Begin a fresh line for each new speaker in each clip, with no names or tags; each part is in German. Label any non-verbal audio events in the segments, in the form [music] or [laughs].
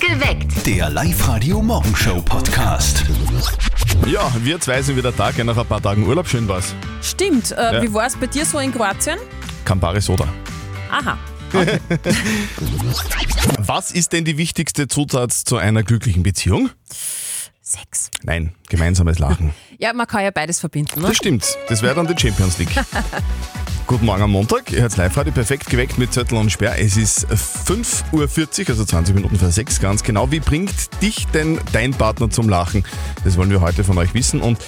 Geweckt.
Der Live-Radio-Morgenshow-Podcast.
Ja, wir zwei sind wieder da, gehen nach ein paar Tagen Urlaub, schön war's.
Stimmt. Äh,
Ja.
Wie war es bei dir so in Kroatien?
Campari Soda.
Aha.
Was ist denn die wichtigste Zutat zu einer glücklichen Beziehung?
Sex.
Nein, gemeinsames Lachen.
Ja, man kann ja beides verbinden. Ne?
Das stimmt, das wäre dann die Champions
[laughs]
League. Guten Morgen am Montag, ihr hört live heute perfekt geweckt mit Zettel und Sperr. Es ist 5.40 Uhr, also 20 Minuten vor 6 ganz genau. Wie bringt dich denn dein Partner zum Lachen? Das wollen wir heute von euch wissen und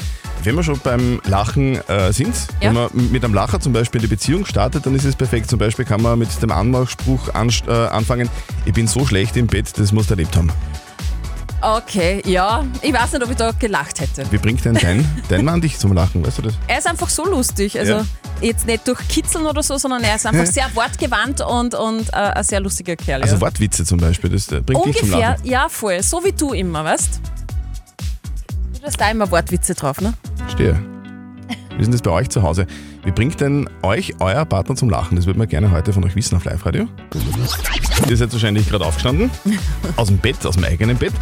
wenn wir schon beim Lachen äh, sind,
Ja.
wenn man mit einem Lacher zum Beispiel eine Beziehung startet, dann ist es perfekt. Zum Beispiel kann man mit dem Anmachspruch anst- äh, anfangen, ich bin so schlecht im Bett, das musst du erlebt haben.
Okay, ja. Ich weiß nicht, ob ich da gelacht hätte.
Wie bringt denn dein,
[laughs]
dein Mann dich zum Lachen, weißt du das?
Er ist einfach so lustig. Also
Ja.
jetzt nicht durch Kitzeln oder so, sondern er ist einfach sehr
[laughs]
wortgewandt und, und äh, ein sehr lustiger Kerl.
Also
ja.
Wortwitze zum Beispiel, das äh, bringt dich zum
Ungefähr,
Lachen.
ja voll. So wie du immer, weißt du? Du hast da immer Wortwitze drauf, ne?
Verstehe. Wie ist denn das bei euch zu Hause? Wie bringt denn euch euer Partner zum Lachen? Das würden wir gerne heute von euch wissen auf Live-Radio. Ihr seid wahrscheinlich gerade aufgestanden, aus dem Bett, aus dem eigenen Bett.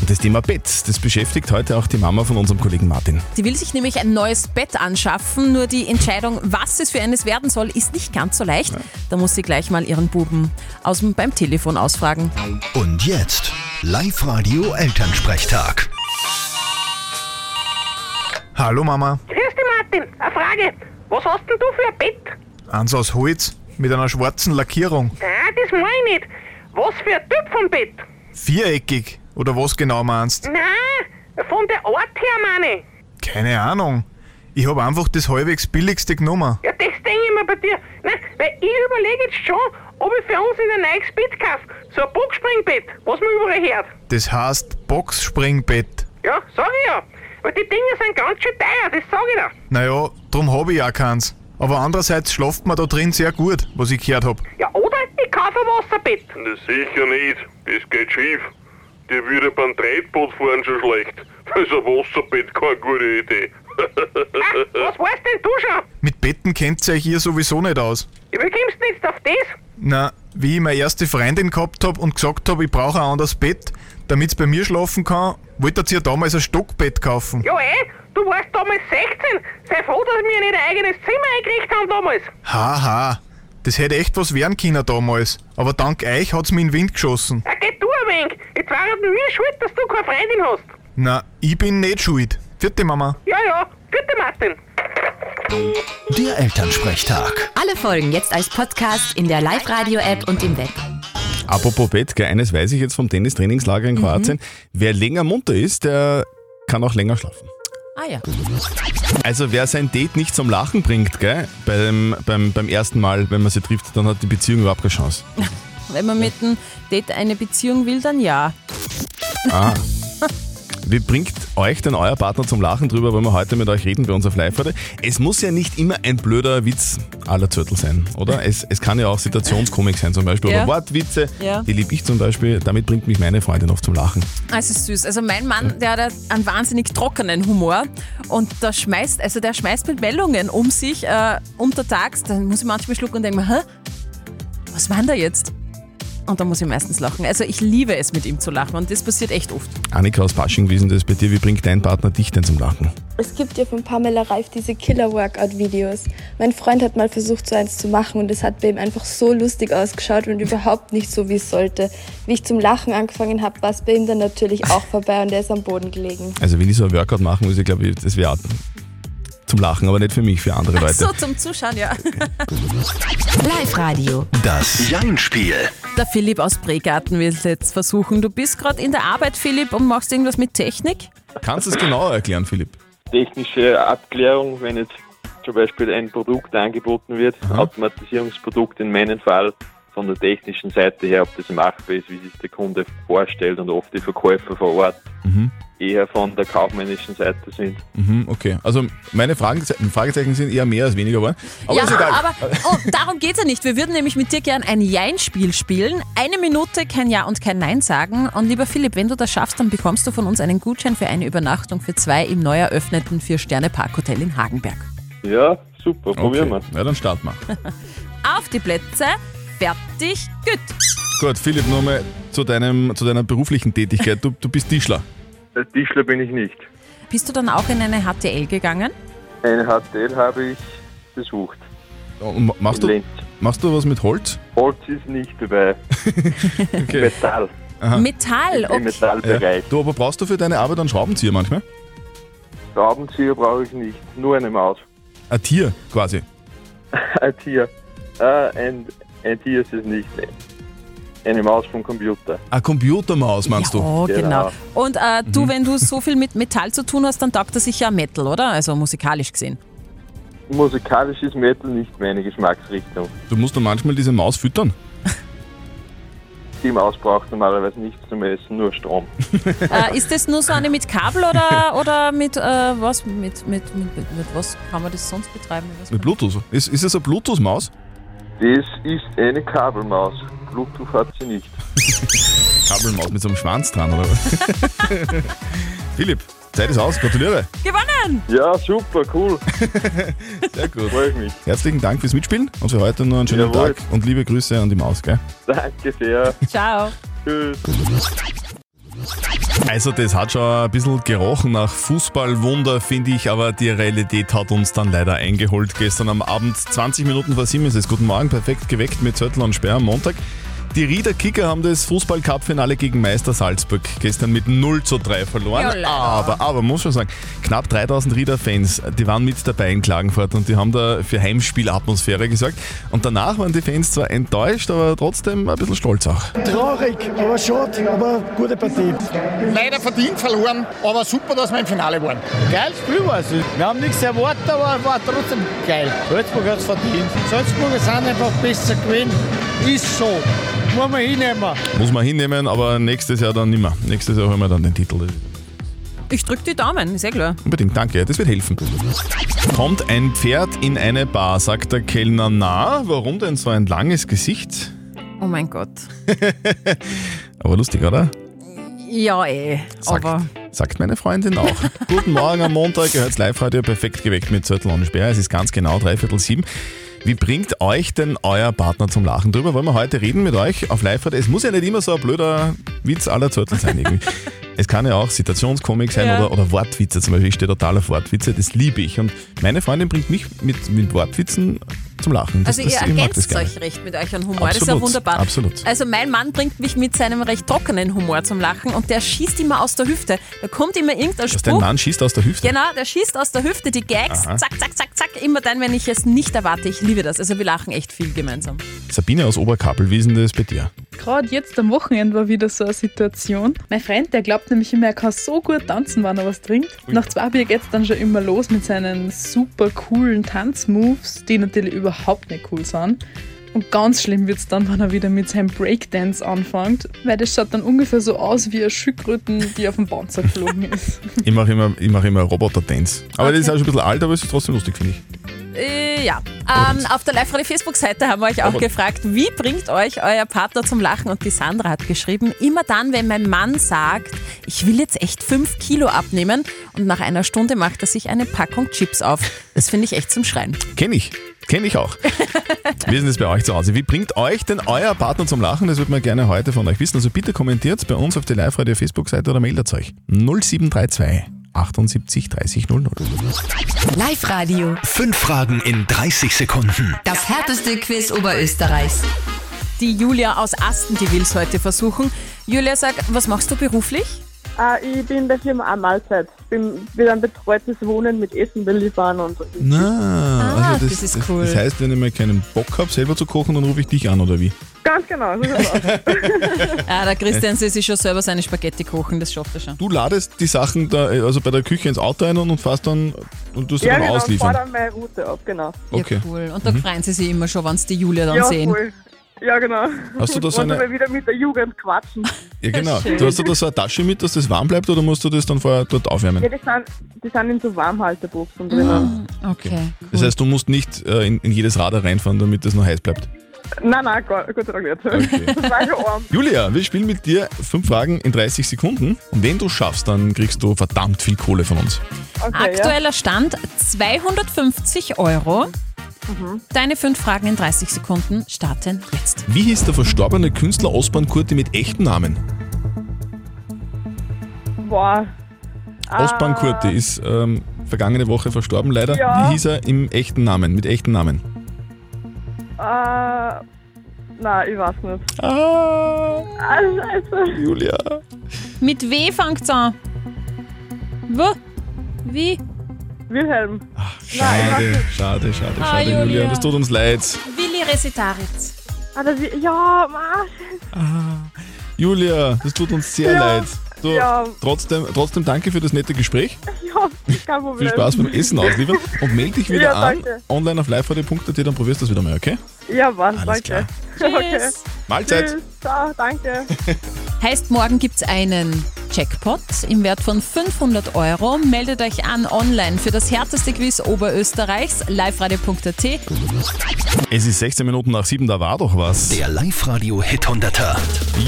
Und das Thema Bett, das beschäftigt heute auch die Mama von unserem Kollegen Martin.
Die will sich nämlich ein neues Bett anschaffen, nur die Entscheidung, was es für eines werden soll, ist nicht ganz so leicht. Da muss sie gleich mal ihren Buben aus dem, beim Telefon ausfragen.
Und jetzt Live-Radio Elternsprechtag.
Hallo Mama,
Grüß dich, Martin. Eine Frage. Was hast denn du für ein Bett?
eins aus Holz mit einer schwarzen Lackierung.
Nein, das meine ich nicht. Was für ein Typ vom Bett?
Viereckig oder was genau meinst?
Nein, von der Art her meine ich.
Keine Ahnung. Ich habe einfach das halbwegs billigste genommen.
Ja, das denke ich mir bei dir. Nein, weil ich überlege jetzt schon, ob ich für uns in ein neues Bett kaufe. So ein Boxspringbett, was man überall hört.
Das heißt Boxspringbett.
Ja, sag ich ja. Weil die Dinger sind ganz schön teuer, das sag ich dir.
Naja, drum habe ich ja keins. Aber andererseits schlaft man da drin sehr gut, was ich gehört habe.
Ja, oder ich kaufe ein Wasserbett.
Na sicher nicht, das geht schief. Die würde beim Treibboot fahren schon schlecht. [laughs] Das ist ein Wasserbett keine gute Idee. [laughs]
Ah, was weißt denn du schon?
Mit Betten kennt ihr euch hier sowieso nicht aus.
Ja, wie kommst du denn jetzt auf das?
Na, wie ich meine erste Freundin gehabt habe und gesagt habe, ich brauche ein anderes Bett, damit bei mir schlafen kann, wollte ihr damals ein Stockbett kaufen.
Ja, ey, du warst damals 16. Sei froh, dass wir nicht ein eigenes Zimmer eingerichtet haben damals.
Haha, das hätte echt was werden können damals. Aber dank euch hat's mich in den Wind geschossen.
Ja, geh du ein wenig. Jetzt waren wir schuld, dass du keine Freundin hast.
Na, ich bin nicht schuld. Vierte Mama.
Ja, ja. Bitte, Martin.
Der Elternsprechtag.
Alle Folgen jetzt als Podcast in der Live-Radio-App und im Web.
Apropos Bett, gell, eines weiß ich jetzt vom Tennistrainingslager in
Mhm.
Kroatien. Wer länger munter ist, der kann auch länger schlafen.
Ah ja.
Also wer sein Date nicht zum Lachen bringt, gell, beim, beim, beim ersten Mal, wenn man sie trifft, dann hat die Beziehung überhaupt keine Chance.
Wenn man mit einem Date eine Beziehung will, dann ja.
Wie bringt euch denn euer Partner zum Lachen drüber, wenn wir heute mit euch reden bei uns auf live heute? Es muss ja nicht immer ein blöder Witz aller Zürtel sein,
[laughs]
oder? Es, es kann ja auch Situationskomik sein zum Beispiel
Ja.
oder Wortwitze,
Ja.
die liebe ich zum Beispiel. Damit bringt mich meine Freundin oft zum Lachen.
Also süß. Also mein Mann, der hat einen wahnsinnig trockenen Humor und da schmeißt, also der schmeißt mit Meldungen um sich äh, untertags. Dann muss ich manchmal schlucken und denke mir, hä? Was war denn da jetzt? Und dann muss ich meistens lachen. Also ich liebe es, mit ihm zu lachen und das passiert echt oft.
Annika aus Pasching, wie ist denn das bei dir? Wie bringt dein Partner dich denn zum Lachen?
Es gibt ja von Pamela Reif diese Killer-Workout-Videos. Mein Freund hat mal versucht, so eins zu machen und es hat bei ihm einfach so lustig ausgeschaut und überhaupt nicht so, wie es sollte. Wie ich zum Lachen angefangen habe, war es bei ihm dann natürlich auch vorbei und er ist am Boden gelegen.
Also wenn ich so ein Workout machen würde, glaube ich, das wäre zum Lachen, aber nicht für mich, für andere Leute.
So zum Zuschauen, ja.
Live-Radio.
Das Jein-Spiel.
Der Philipp aus Bregarten will es jetzt versuchen. Du bist gerade in der Arbeit, Philipp, und machst irgendwas mit Technik?
Kannst du es genauer erklären, Philipp?
technische Abklärung, wenn jetzt zum Beispiel ein Produkt angeboten wird, Automatisierungsprodukt in meinem Fall, von der technischen Seite her, ob das machbar ist, wie sich der Kunde vorstellt und oft die Verkäufer vor Ort eher von der kaufmännischen Seite sind.
Mhm, okay. Also meine Fragen, Fragezeichen sind eher mehr als weniger geworden. Aber
ja,
ist egal.
aber oh, darum geht es ja nicht. Wir würden nämlich mit dir gern ein Jein-Spiel spielen. Eine Minute kein Ja und kein Nein sagen. Und lieber Philipp, wenn du das schaffst, dann bekommst du von uns einen Gutschein für eine Übernachtung für zwei im neu eröffneten Vier-Sterne-Parkhotel in Hagenberg.
Ja, super, probieren wir.
Na dann starten wir.
Auf die Plätze, fertig, gut.
Gut, Philipp, nochmal zu, deinem, zu deiner beruflichen Tätigkeit. Du, du bist Tischler.
Äh, Tischler bin ich nicht.
Bist du dann auch in eine HTL gegangen?
Eine HTL habe ich besucht.
Und ma- machst,
in
du,
Linz.
machst du was mit Holz?
Holz ist nicht dabei.
Okay.
Metall.
Metall,
Im
okay.
Metallbereich.
Du, aber brauchst du für deine Arbeit einen Schraubenzieher manchmal?
Schraubenzieher brauche ich nicht. Nur eine Maus. [laughs]
Ein Tier quasi.
Ein Tier. Äh, ein, ein Tier ist es nicht. Eine Maus vom Computer.
Eine Computermaus meinst du? Mhm.
Ja, genau.
Genau.
Und äh, du, wenn du so viel mit Metall zu tun hast, dann taugt das sicher Metal, oder? Also musikalisch gesehen.
Musikalisch ist Metal nicht meine Geschmacksrichtung.
Du musst dann manchmal diese Maus füttern.
Die Maus braucht normalerweise nichts zum Essen, nur Strom.
Äh, ist das nur so eine mit Kabel
[laughs]
oder, oder mit, äh, was, mit, mit, mit, mit, mit was kann man das sonst betreiben? Was
Mit
kann-
Bluetooth. Ist, ist das eine Bluetooth-Maus?
Das ist eine Kabelmaus. Bluetooth hat sie nicht.
Kabelmaus mit so einem Schwanz dran, oder was? Philipp, Zeit ist aus. Gratuliere.
Gewonnen!
Ja, super, cool.
[laughs] Sehr gut.
Freue ich mich.
Herzlichen Dank fürs Mitspielen und für heute noch einen schönen
Jawohl.
Tag und liebe Grüße an die Maus, gell?
Danke sehr.
Ciao.
Tschüss.
Also das hat schon ein bisschen gerochen nach Fußballwunder, finde ich, aber die Realität hat uns dann leider eingeholt. Gestern am Abend, 20 Minuten vor sieben ist es. Guten Morgen, perfekt geweckt mit Zöttl und Sperr am Montag. Die Rieder Kicker haben das Fußball-Cup-Finale gegen Meister Salzburg gestern mit 0 zu 3
Ja,
verloren.
leider.
aber, aber, muss schon sagen, knapp 3000 Rieder-Fans, die waren mit dabei in Klagenfurt und die haben da für Heimspielatmosphäre gesorgt. Und danach waren die Fans zwar enttäuscht, aber trotzdem ein bisschen stolz auch.
Traurig, aber schade, aber gute Partie. Leider verdient verloren, aber super, dass wir im Finale waren. Geiles Spiel war es. Wir haben nichts erwartet, aber war trotzdem geil. Salzburg hat es verdient. Salzburger sind einfach besser gewesen. Ist so. Muss man hinnehmen.
Muss man hinnehmen, aber nächstes Jahr dann nimmer. Nächstes Jahr holen wir dann den Titel.
Ich drück die Daumen, ist ja klar.
Unbedingt, danke, das wird helfen. Kommt ein Pferd in eine Bar, sagt der Kellner, na, warum denn so ein langes Gesicht?
Oh mein Gott.
Aber lustig, oder?
Ja, eh.
Sagt,
Aber
sagt meine Freundin auch. [laughs] Guten Morgen am Montag, ihr hört Live-Radio perfekt geweckt mit Zürtel und Sperr. Es ist ganz genau dreiviertel sieben. Wie bringt euch denn euer Partner zum Lachen? Darüber wollen wir heute reden mit euch auf Live-Radio. Es muss ja nicht immer so ein blöder Witz aller Zürtel sein. [laughs] Irgendwie. es kann ja auch Situationskomik sein
Ja.
oder, oder Wortwitze zum Beispiel. Ich stehe total auf Wortwitze, das liebe ich. Und meine Freundin bringt mich mit, mit Wortwitzen zum Lachen. Das,
Also ihr
das, ich mag das
ergänzt
gerne.
euch recht mit euch an Humor, das ist ja
Absolut,
wunderbar.
absolut.
Also mein Mann bringt mich mit seinem recht trockenen Humor zum Lachen und der schießt immer aus der Hüfte. Da kommt immer irgendein
Dass dein
Spruch.
Mann schießt aus der Hüfte.
Genau, der schießt aus der Hüfte die Gags,
Aha.
zack, zack, zack, zack, immer dann, wenn ich es nicht erwarte. Ich liebe das. Also wir lachen echt viel gemeinsam.
Sabine aus Oberkappel, wie ist denn das bei dir?
Gerade jetzt am Wochenende war wieder so eine Situation. Mein Freund, der glaubt nämlich immer, er kann so gut tanzen, wenn er was trinkt. Nach zwei Bier geht's dann schon immer los mit seinen super coolen Tanzmoves, die natürlich überhaupt nicht cool sind. Und ganz schlimm wird's dann, wenn er wieder mit seinem Breakdance anfängt, weil das schaut dann ungefähr so aus wie eine Schildkröten, die auf den Panzer geflogen ist.
Ich mache immer, ich mach immer Roboter-Dance. Aber das ist auch schon ein bisschen alt, aber es ist trotzdem lustig, finde ich.
Äh, ja, ähm, auf der live Facebook-Seite haben wir euch auch gefragt, wie bringt euch euer Partner zum Lachen? Und die Sandra hat geschrieben, immer dann, wenn mein Mann sagt, ich will jetzt echt 5 Kilo abnehmen und nach einer Stunde macht er sich eine Packung Chips auf. Das finde ich echt zum Schreien.
Kenne ich. Kenne ich [laughs] auch. Wie ist denn das bei euch zu Hause? Wie bringt euch denn euer Partner zum Lachen? Das würde man gerne heute von euch wissen. Also bitte kommentiert bei uns auf die Live-Radio Facebook-Seite oder meldet euch. 0732 78 30 00.
Live-Radio.
Fünf Fragen in 30 Sekunden.
Das härteste Quiz Oberösterreichs.
Die Julia aus Asten, die will es heute versuchen. Julia, sag, was machst du beruflich?
Ah, ich bin bei Firma A Mahlzeit. Ich bin wieder ein betreutes Wohnen mit Essen beliefern und
Na, also
Ah, das ist cool.
Das heißt, wenn ich mal keinen Bock habe, selber zu kochen, dann rufe ich dich an, oder wie?
ganz genau.
[laughs]
Ah, der Christian soll sich schon selber seine Spaghetti kochen, das schafft er schon.
Du ladest die Sachen da, also bei der Küche ins Auto ein und fährst dann und tust dann
genau,
ausliefern.
genau, meine Route ab, genau.
Okay.
Ja, cool. Und da freuen sie sich immer schon, wenn sie die Julia dann sehen.
voll. Ja, genau.
Hast du da so
Wollen wir
eine-
mal wieder mit der Jugend quatschen.
Ja, genau. Du hast du da so eine Tasche mit, dass das warm bleibt oder musst du das dann vorher dort aufwärmen?
Ja, die sind, die sind in so Warmhalteboxen
Ah.
drinnen.
Okay.
Das heißt, du musst nicht äh, in, in jedes Radar reinfahren, damit das noch heiß bleibt.
Nein, nein, Gott, Gott sei Dank nicht.
Okay.
[laughs] Das war schon arm.
Julia, wir spielen mit dir fünf Fragen in 30 Sekunden. Und wenn du schaffst, dann kriegst du verdammt viel Kohle von uns.
Okay, ja.
Aktueller Stand 250 Euro. Deine fünf Fragen in 30 Sekunden starten jetzt.
Wie hieß der verstorbene Künstler Osman Kurti mit echtem Namen?
Boah.
Osman Kurti ist ähm, vergangene Woche verstorben, leider.
Ja.
Wie hieß er im echten Namen, mit echten Namen?
Ah,
Äh, na, ich weiß nicht.
Ah.
also,
Julia.
Mit W fängt's an. W. Wie?
Wilhelm.
Schade, schade, schade, schade,
Ah,
Julia.
Julia.
Das tut uns leid.
Willi Resitaritz.
ja, Mann. [laughs]
Julia, das tut uns sehr
Ja.
leid. Du,
Ja.
trotzdem, trotzdem danke für das nette Gespräch.
Ja, kein Problem.
Viel Spaß beim Essen ausliefern und melde dich wieder
Ja,
an
danke.
online auf liveradio.at, dann probierst du das wieder mal, okay?
Ja, Mann,
E- Alles
danke. Okay.
Mahlzeit.
Tschüss. Ciao,
[laughs]
danke.
Heißt, morgen gibt's einen Jackpot im Wert von 500 Euro. Meldet euch an online für das härteste Quiz Oberösterreichs, liveradio.at.
Es ist 16 Minuten nach 7, da war doch was. Der
Live-Radio Hit 100er.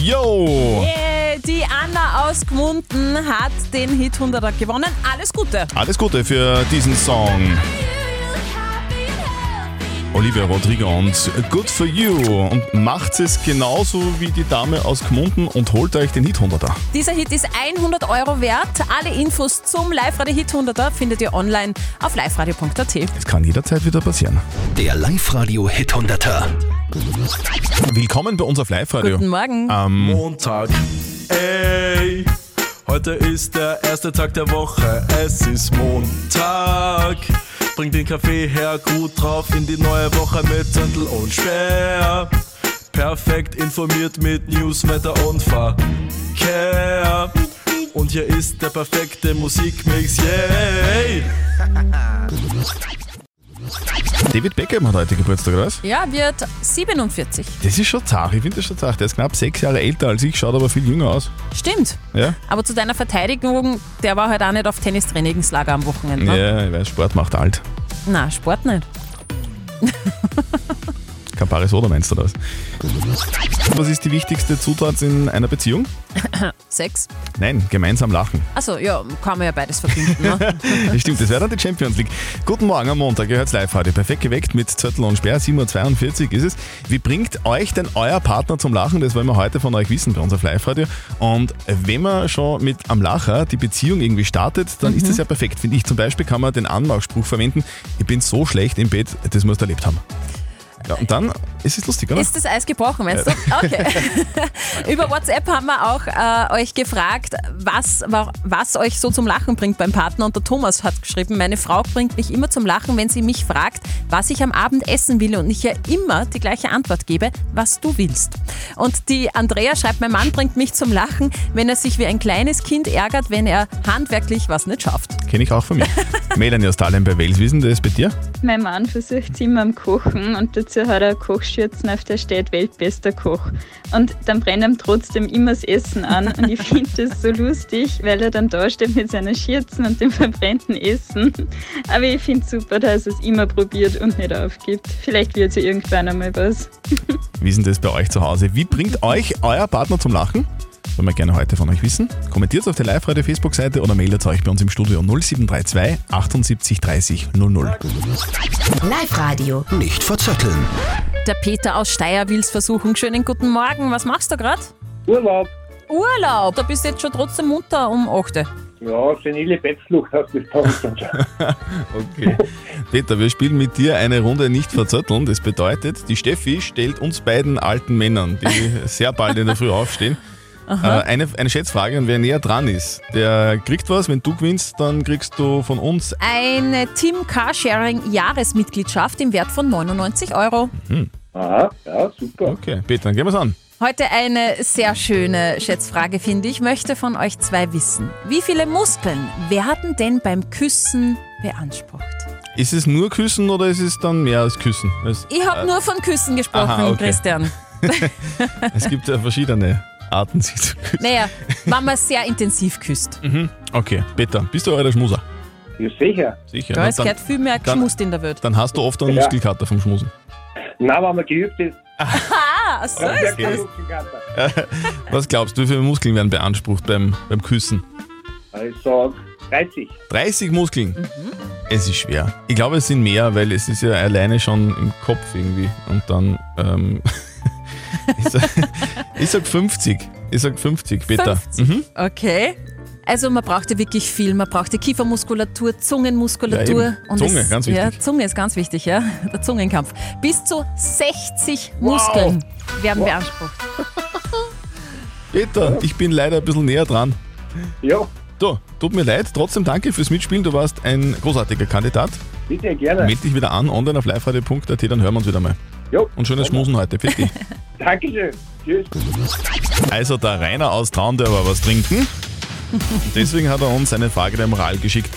Yo!
Äh, Die Anna aus Gmunden hat den Hit 100er gewonnen. Alles Gute!
Alles Gute für diesen Song. Olivia Rodrigo und Good for You. Und macht es genauso wie die Dame aus Gmunden und holt euch den Hit 100er.
Dieser Hit ist 100 Euro wert. Alle Infos zum Live-Radio Hit 100er findet ihr online auf liveradio.at.
Es kann jederzeit wieder passieren.
Der Live-Radio Hit 100er.
Willkommen bei uns auf Live-Radio.
Guten Morgen.
Am
Montag. Ey, heute ist der erste Tag der Woche. Es ist Montag. Bring den Kaffee her, gut drauf in die neue Woche mit Zettel und Sperr. Perfekt informiert mit News, Wetter und Verkehr. Und hier ist der perfekte Musikmix. Yay!
David Beckham hat heute Geburtstag, oder was?
Ja, wird 47.
Das ist schon zart, ich finde das schon zart. Der ist knapp sechs Jahre älter als ich, schaut aber viel jünger aus.
Stimmt.
Ja?
Aber zu deiner Verteidigung, der war halt auch nicht auf Tennistrainingslager am Wochenende. ne?
Ja, ich weiß, Sport macht alt.
Na, Sport nicht.
Campari Soda meinst du das? Was ist die wichtigste Zutat in einer Beziehung?
Sex.
Nein, gemeinsam lachen.
Also ja, kann man ja beides verbinden.
[laughs]
Ne?
Das Stimmt, das wäre dann die Champions League. Guten Morgen am Montag, ihr hört's live heute. Perfekt geweckt mit Zörtel und Sperr, 7.42 Uhr ist es. Wie bringt euch denn euer Partner zum Lachen? Das wollen wir heute von euch wissen bei uns auf Live-Radio. Und wenn man schon mit am Lacher die Beziehung irgendwie startet, dann ist das ja perfekt, finde ich. Zum Beispiel kann man den Anmachspruch verwenden, ich bin so schlecht im Bett, das musst du erlebt haben. Ja, und dann ist es lustig, oder?
Ist das Eis gebrochen, meinst du? Okay. [laughs] Über WhatsApp haben wir auch äh, euch gefragt, was, wa- was euch so zum Lachen bringt beim Partner. Und der Thomas hat geschrieben, meine Frau bringt mich immer zum Lachen, wenn sie mich fragt, was ich am Abend essen will und ich ja immer die gleiche Antwort gebe, was du willst. Und die Andrea schreibt, mein Mann bringt mich zum Lachen, wenn er sich wie ein kleines Kind ärgert, wenn er handwerklich was nicht schafft.
Kenne ich auch von mir. Melanie aus Dahlem bei Wales, wissen Sie das bei dir?
Mein Mann versucht immer am Kochen und dazu hat er eine Kochschürzen, auf der steht Weltbester Koch. Und dann brennt ihm trotzdem immer das Essen an und ich finde das so lustig, weil er dann da steht mit seiner Schürzen und dem verbrennten Essen. Aber ich finde super, dass er es immer probiert und nicht aufgibt. Vielleicht wird ja irgendwann einmal was.
Wie ist denn das bei euch zu Hause? Wie bringt euch euer Partner zum Lachen? Wollen wir gerne heute von euch wissen. Kommentiert auf der Live-Radio-Facebook-Seite oder meldet euch bei uns im Studio 0732 78 30 00.
Live-Radio.
Nicht verzetteln.
Der Peter aus Steyr will's versuchen. Schönen guten Morgen. Was machst du gerade? Urlaub. Urlaub? Da bist du jetzt schon trotzdem munter um 8. Uhr.
Ja, senile Bettflucht hast du das da
Okay. Peter, wir spielen mit dir eine Runde nicht verzötteln. Das bedeutet, die Steffi stellt uns beiden alten Männern, die sehr bald in der Früh aufstehen, äh,
Aha.
eine, eine Schätzfrage und wer näher dran ist, der kriegt was. Wenn du gewinnst, dann kriegst du von uns
Eine Team Carsharing Jahresmitgliedschaft im Wert von 99 Euro.
Hm.
Aha, ja, super.
Okay, Peter, dann gehen wir's an.
Heute eine sehr schöne Schätzfrage, finde ich. Möchte von euch zwei wissen. Wie viele Muskeln werden denn beim Küssen beansprucht?
Ist es nur Küssen oder ist es dann mehr als Küssen? Es-
Ich habe
äh,
nur von Küssen gesprochen,
aha, okay.
Christian.
Es gibt ja verschiedene Arten, sich zu küssen. [laughs]
Naja, wenn man sehr intensiv küsst.
Mhm. Okay, Peter, bist du euer Schmuser?
Ja, sicher.
Sicher.
Ja,
Na,
es gehört viel mehr
dann,
geschmust in der Welt.
dann hast du oft einen
Ja.
Muskelkater vom Schmusen.
Nein, wenn man geübt ist.
Ah, so
dann wird
ist
kein
es.
Muskelkater.
[laughs] Was glaubst du, wie viele Muskeln werden beansprucht beim, beim Küssen?
Ich sag
30.
30 Muskeln. Es ist schwer. Ich glaube, es sind mehr, weil es ist ja alleine schon im Kopf irgendwie. Und dann, ähm, [laughs] ich, sag, ich sag 50. Ich sag 50, Peter.
50.
Mhm.
Okay. Also man braucht ja wirklich viel. Man braucht ja Kiefermuskulatur, Zungenmuskulatur.
Ja, eben. Zunge,
es,
ganz
Ja,
wichtig.
Zunge ist ganz wichtig, ja. Der Zungenkampf. Bis zu 60 Muskeln werden beansprucht.
Peter, ich bin leider ein bisschen näher dran. Ja. So, tut mir leid. Trotzdem danke fürs Mitspielen. Du warst ein großartiger Kandidat.
Bitte, gerne.
Meld dich wieder an, online auf liveradio.at, dann hören wir uns wieder mal.
Jo.
Und schönes Schmusen heute. Bitte.
Dankeschön. Tschüss.
Also der Rainer aus Traun, der war was trinken. Und deswegen hat er uns eine Frage der Moral geschickt.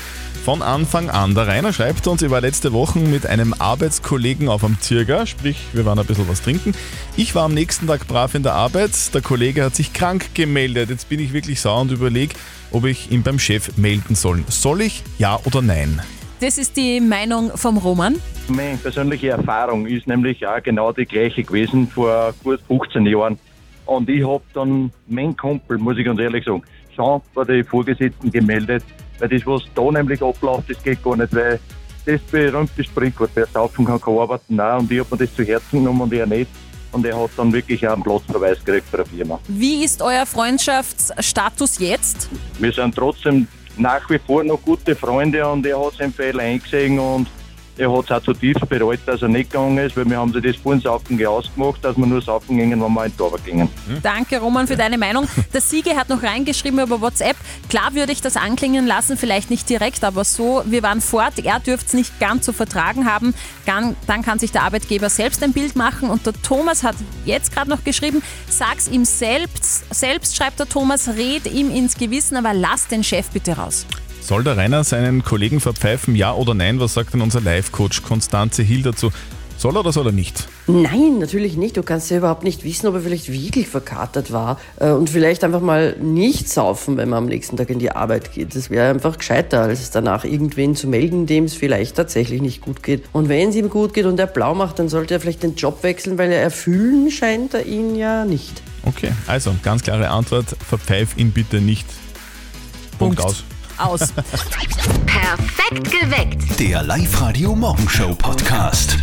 Von Anfang an. Der Rainer schreibt uns, ich war letzte Woche mit einem Arbeitskollegen auf am Zirger, sprich, wir waren ein bisschen was trinken. Ich war am nächsten Tag brav in der Arbeit, der Kollege hat sich krank gemeldet. Jetzt bin ich wirklich sauer und überlege, ob ich ihn beim Chef melden soll. Soll ich? Ja oder nein?
Das ist die Meinung vom Roman.
Meine persönliche Erfahrung ist nämlich auch genau die gleiche gewesen vor gut 15 Jahren. Und ich habe dann mein Kumpel, muss ich ganz ehrlich sagen, schon bei den Vorgesetzten gemeldet, weil das, was da nämlich abläuft, das geht gar nicht, weil das berühmte Sprichwort, wer saufen kann, kann arbeiten, nein, und ich habe mir das zu Herzen genommen und er nicht. Und er hat dann wirklich auch einen Platzverweis gekriegt bei der Firma.
Wie ist euer Freundschaftsstatus jetzt?
Wir sind trotzdem nach wie vor noch gute Freunde und er hat seinen Fehler eingesehen und er hat es auch zutiefst bereut, dass er nicht gegangen ist, weil wir haben sich das vor dem Saufen gehen ausgemacht, dass wir nur saufen gingen, wenn wir in die Arbeit gingen.
Danke, Roman, für deine Meinung. Der Siege hat noch reingeschrieben über WhatsApp. Klar würde ich das anklingen lassen, vielleicht nicht direkt, aber so, wir waren fort. Er dürfte es nicht ganz zu vertragen haben. Gan- Dann kann sich der Arbeitgeber selbst ein Bild machen. Und der Thomas hat jetzt gerade noch geschrieben, sag's ihm selbst. Selbst schreibt der Thomas, red ihm ins Gewissen, aber lass den Chef bitte raus.
Soll der Rainer seinen Kollegen verpfeifen, ja oder nein? Was sagt denn unser Live-Coach Konstanze Hill dazu? Soll er oder soll er nicht?
Nein, natürlich nicht. Du kannst ja überhaupt nicht wissen, ob er vielleicht wirklich verkatert war äh, und vielleicht einfach mal nicht saufen, wenn man am nächsten Tag in die Arbeit geht. Das wäre einfach gescheiter, als es danach irgendwen zu melden, dem es vielleicht tatsächlich nicht gut geht. Und wenn es ihm gut geht und er blau macht, dann sollte er vielleicht den Job wechseln, weil er erfüllen scheint er ihn ja nicht.
Okay, also ganz klare Antwort: Verpfeif ihn bitte nicht. Punkt, aus.
Aus.
Perfekt geweckt.
Der Live-Radio Morgenshow Podcast.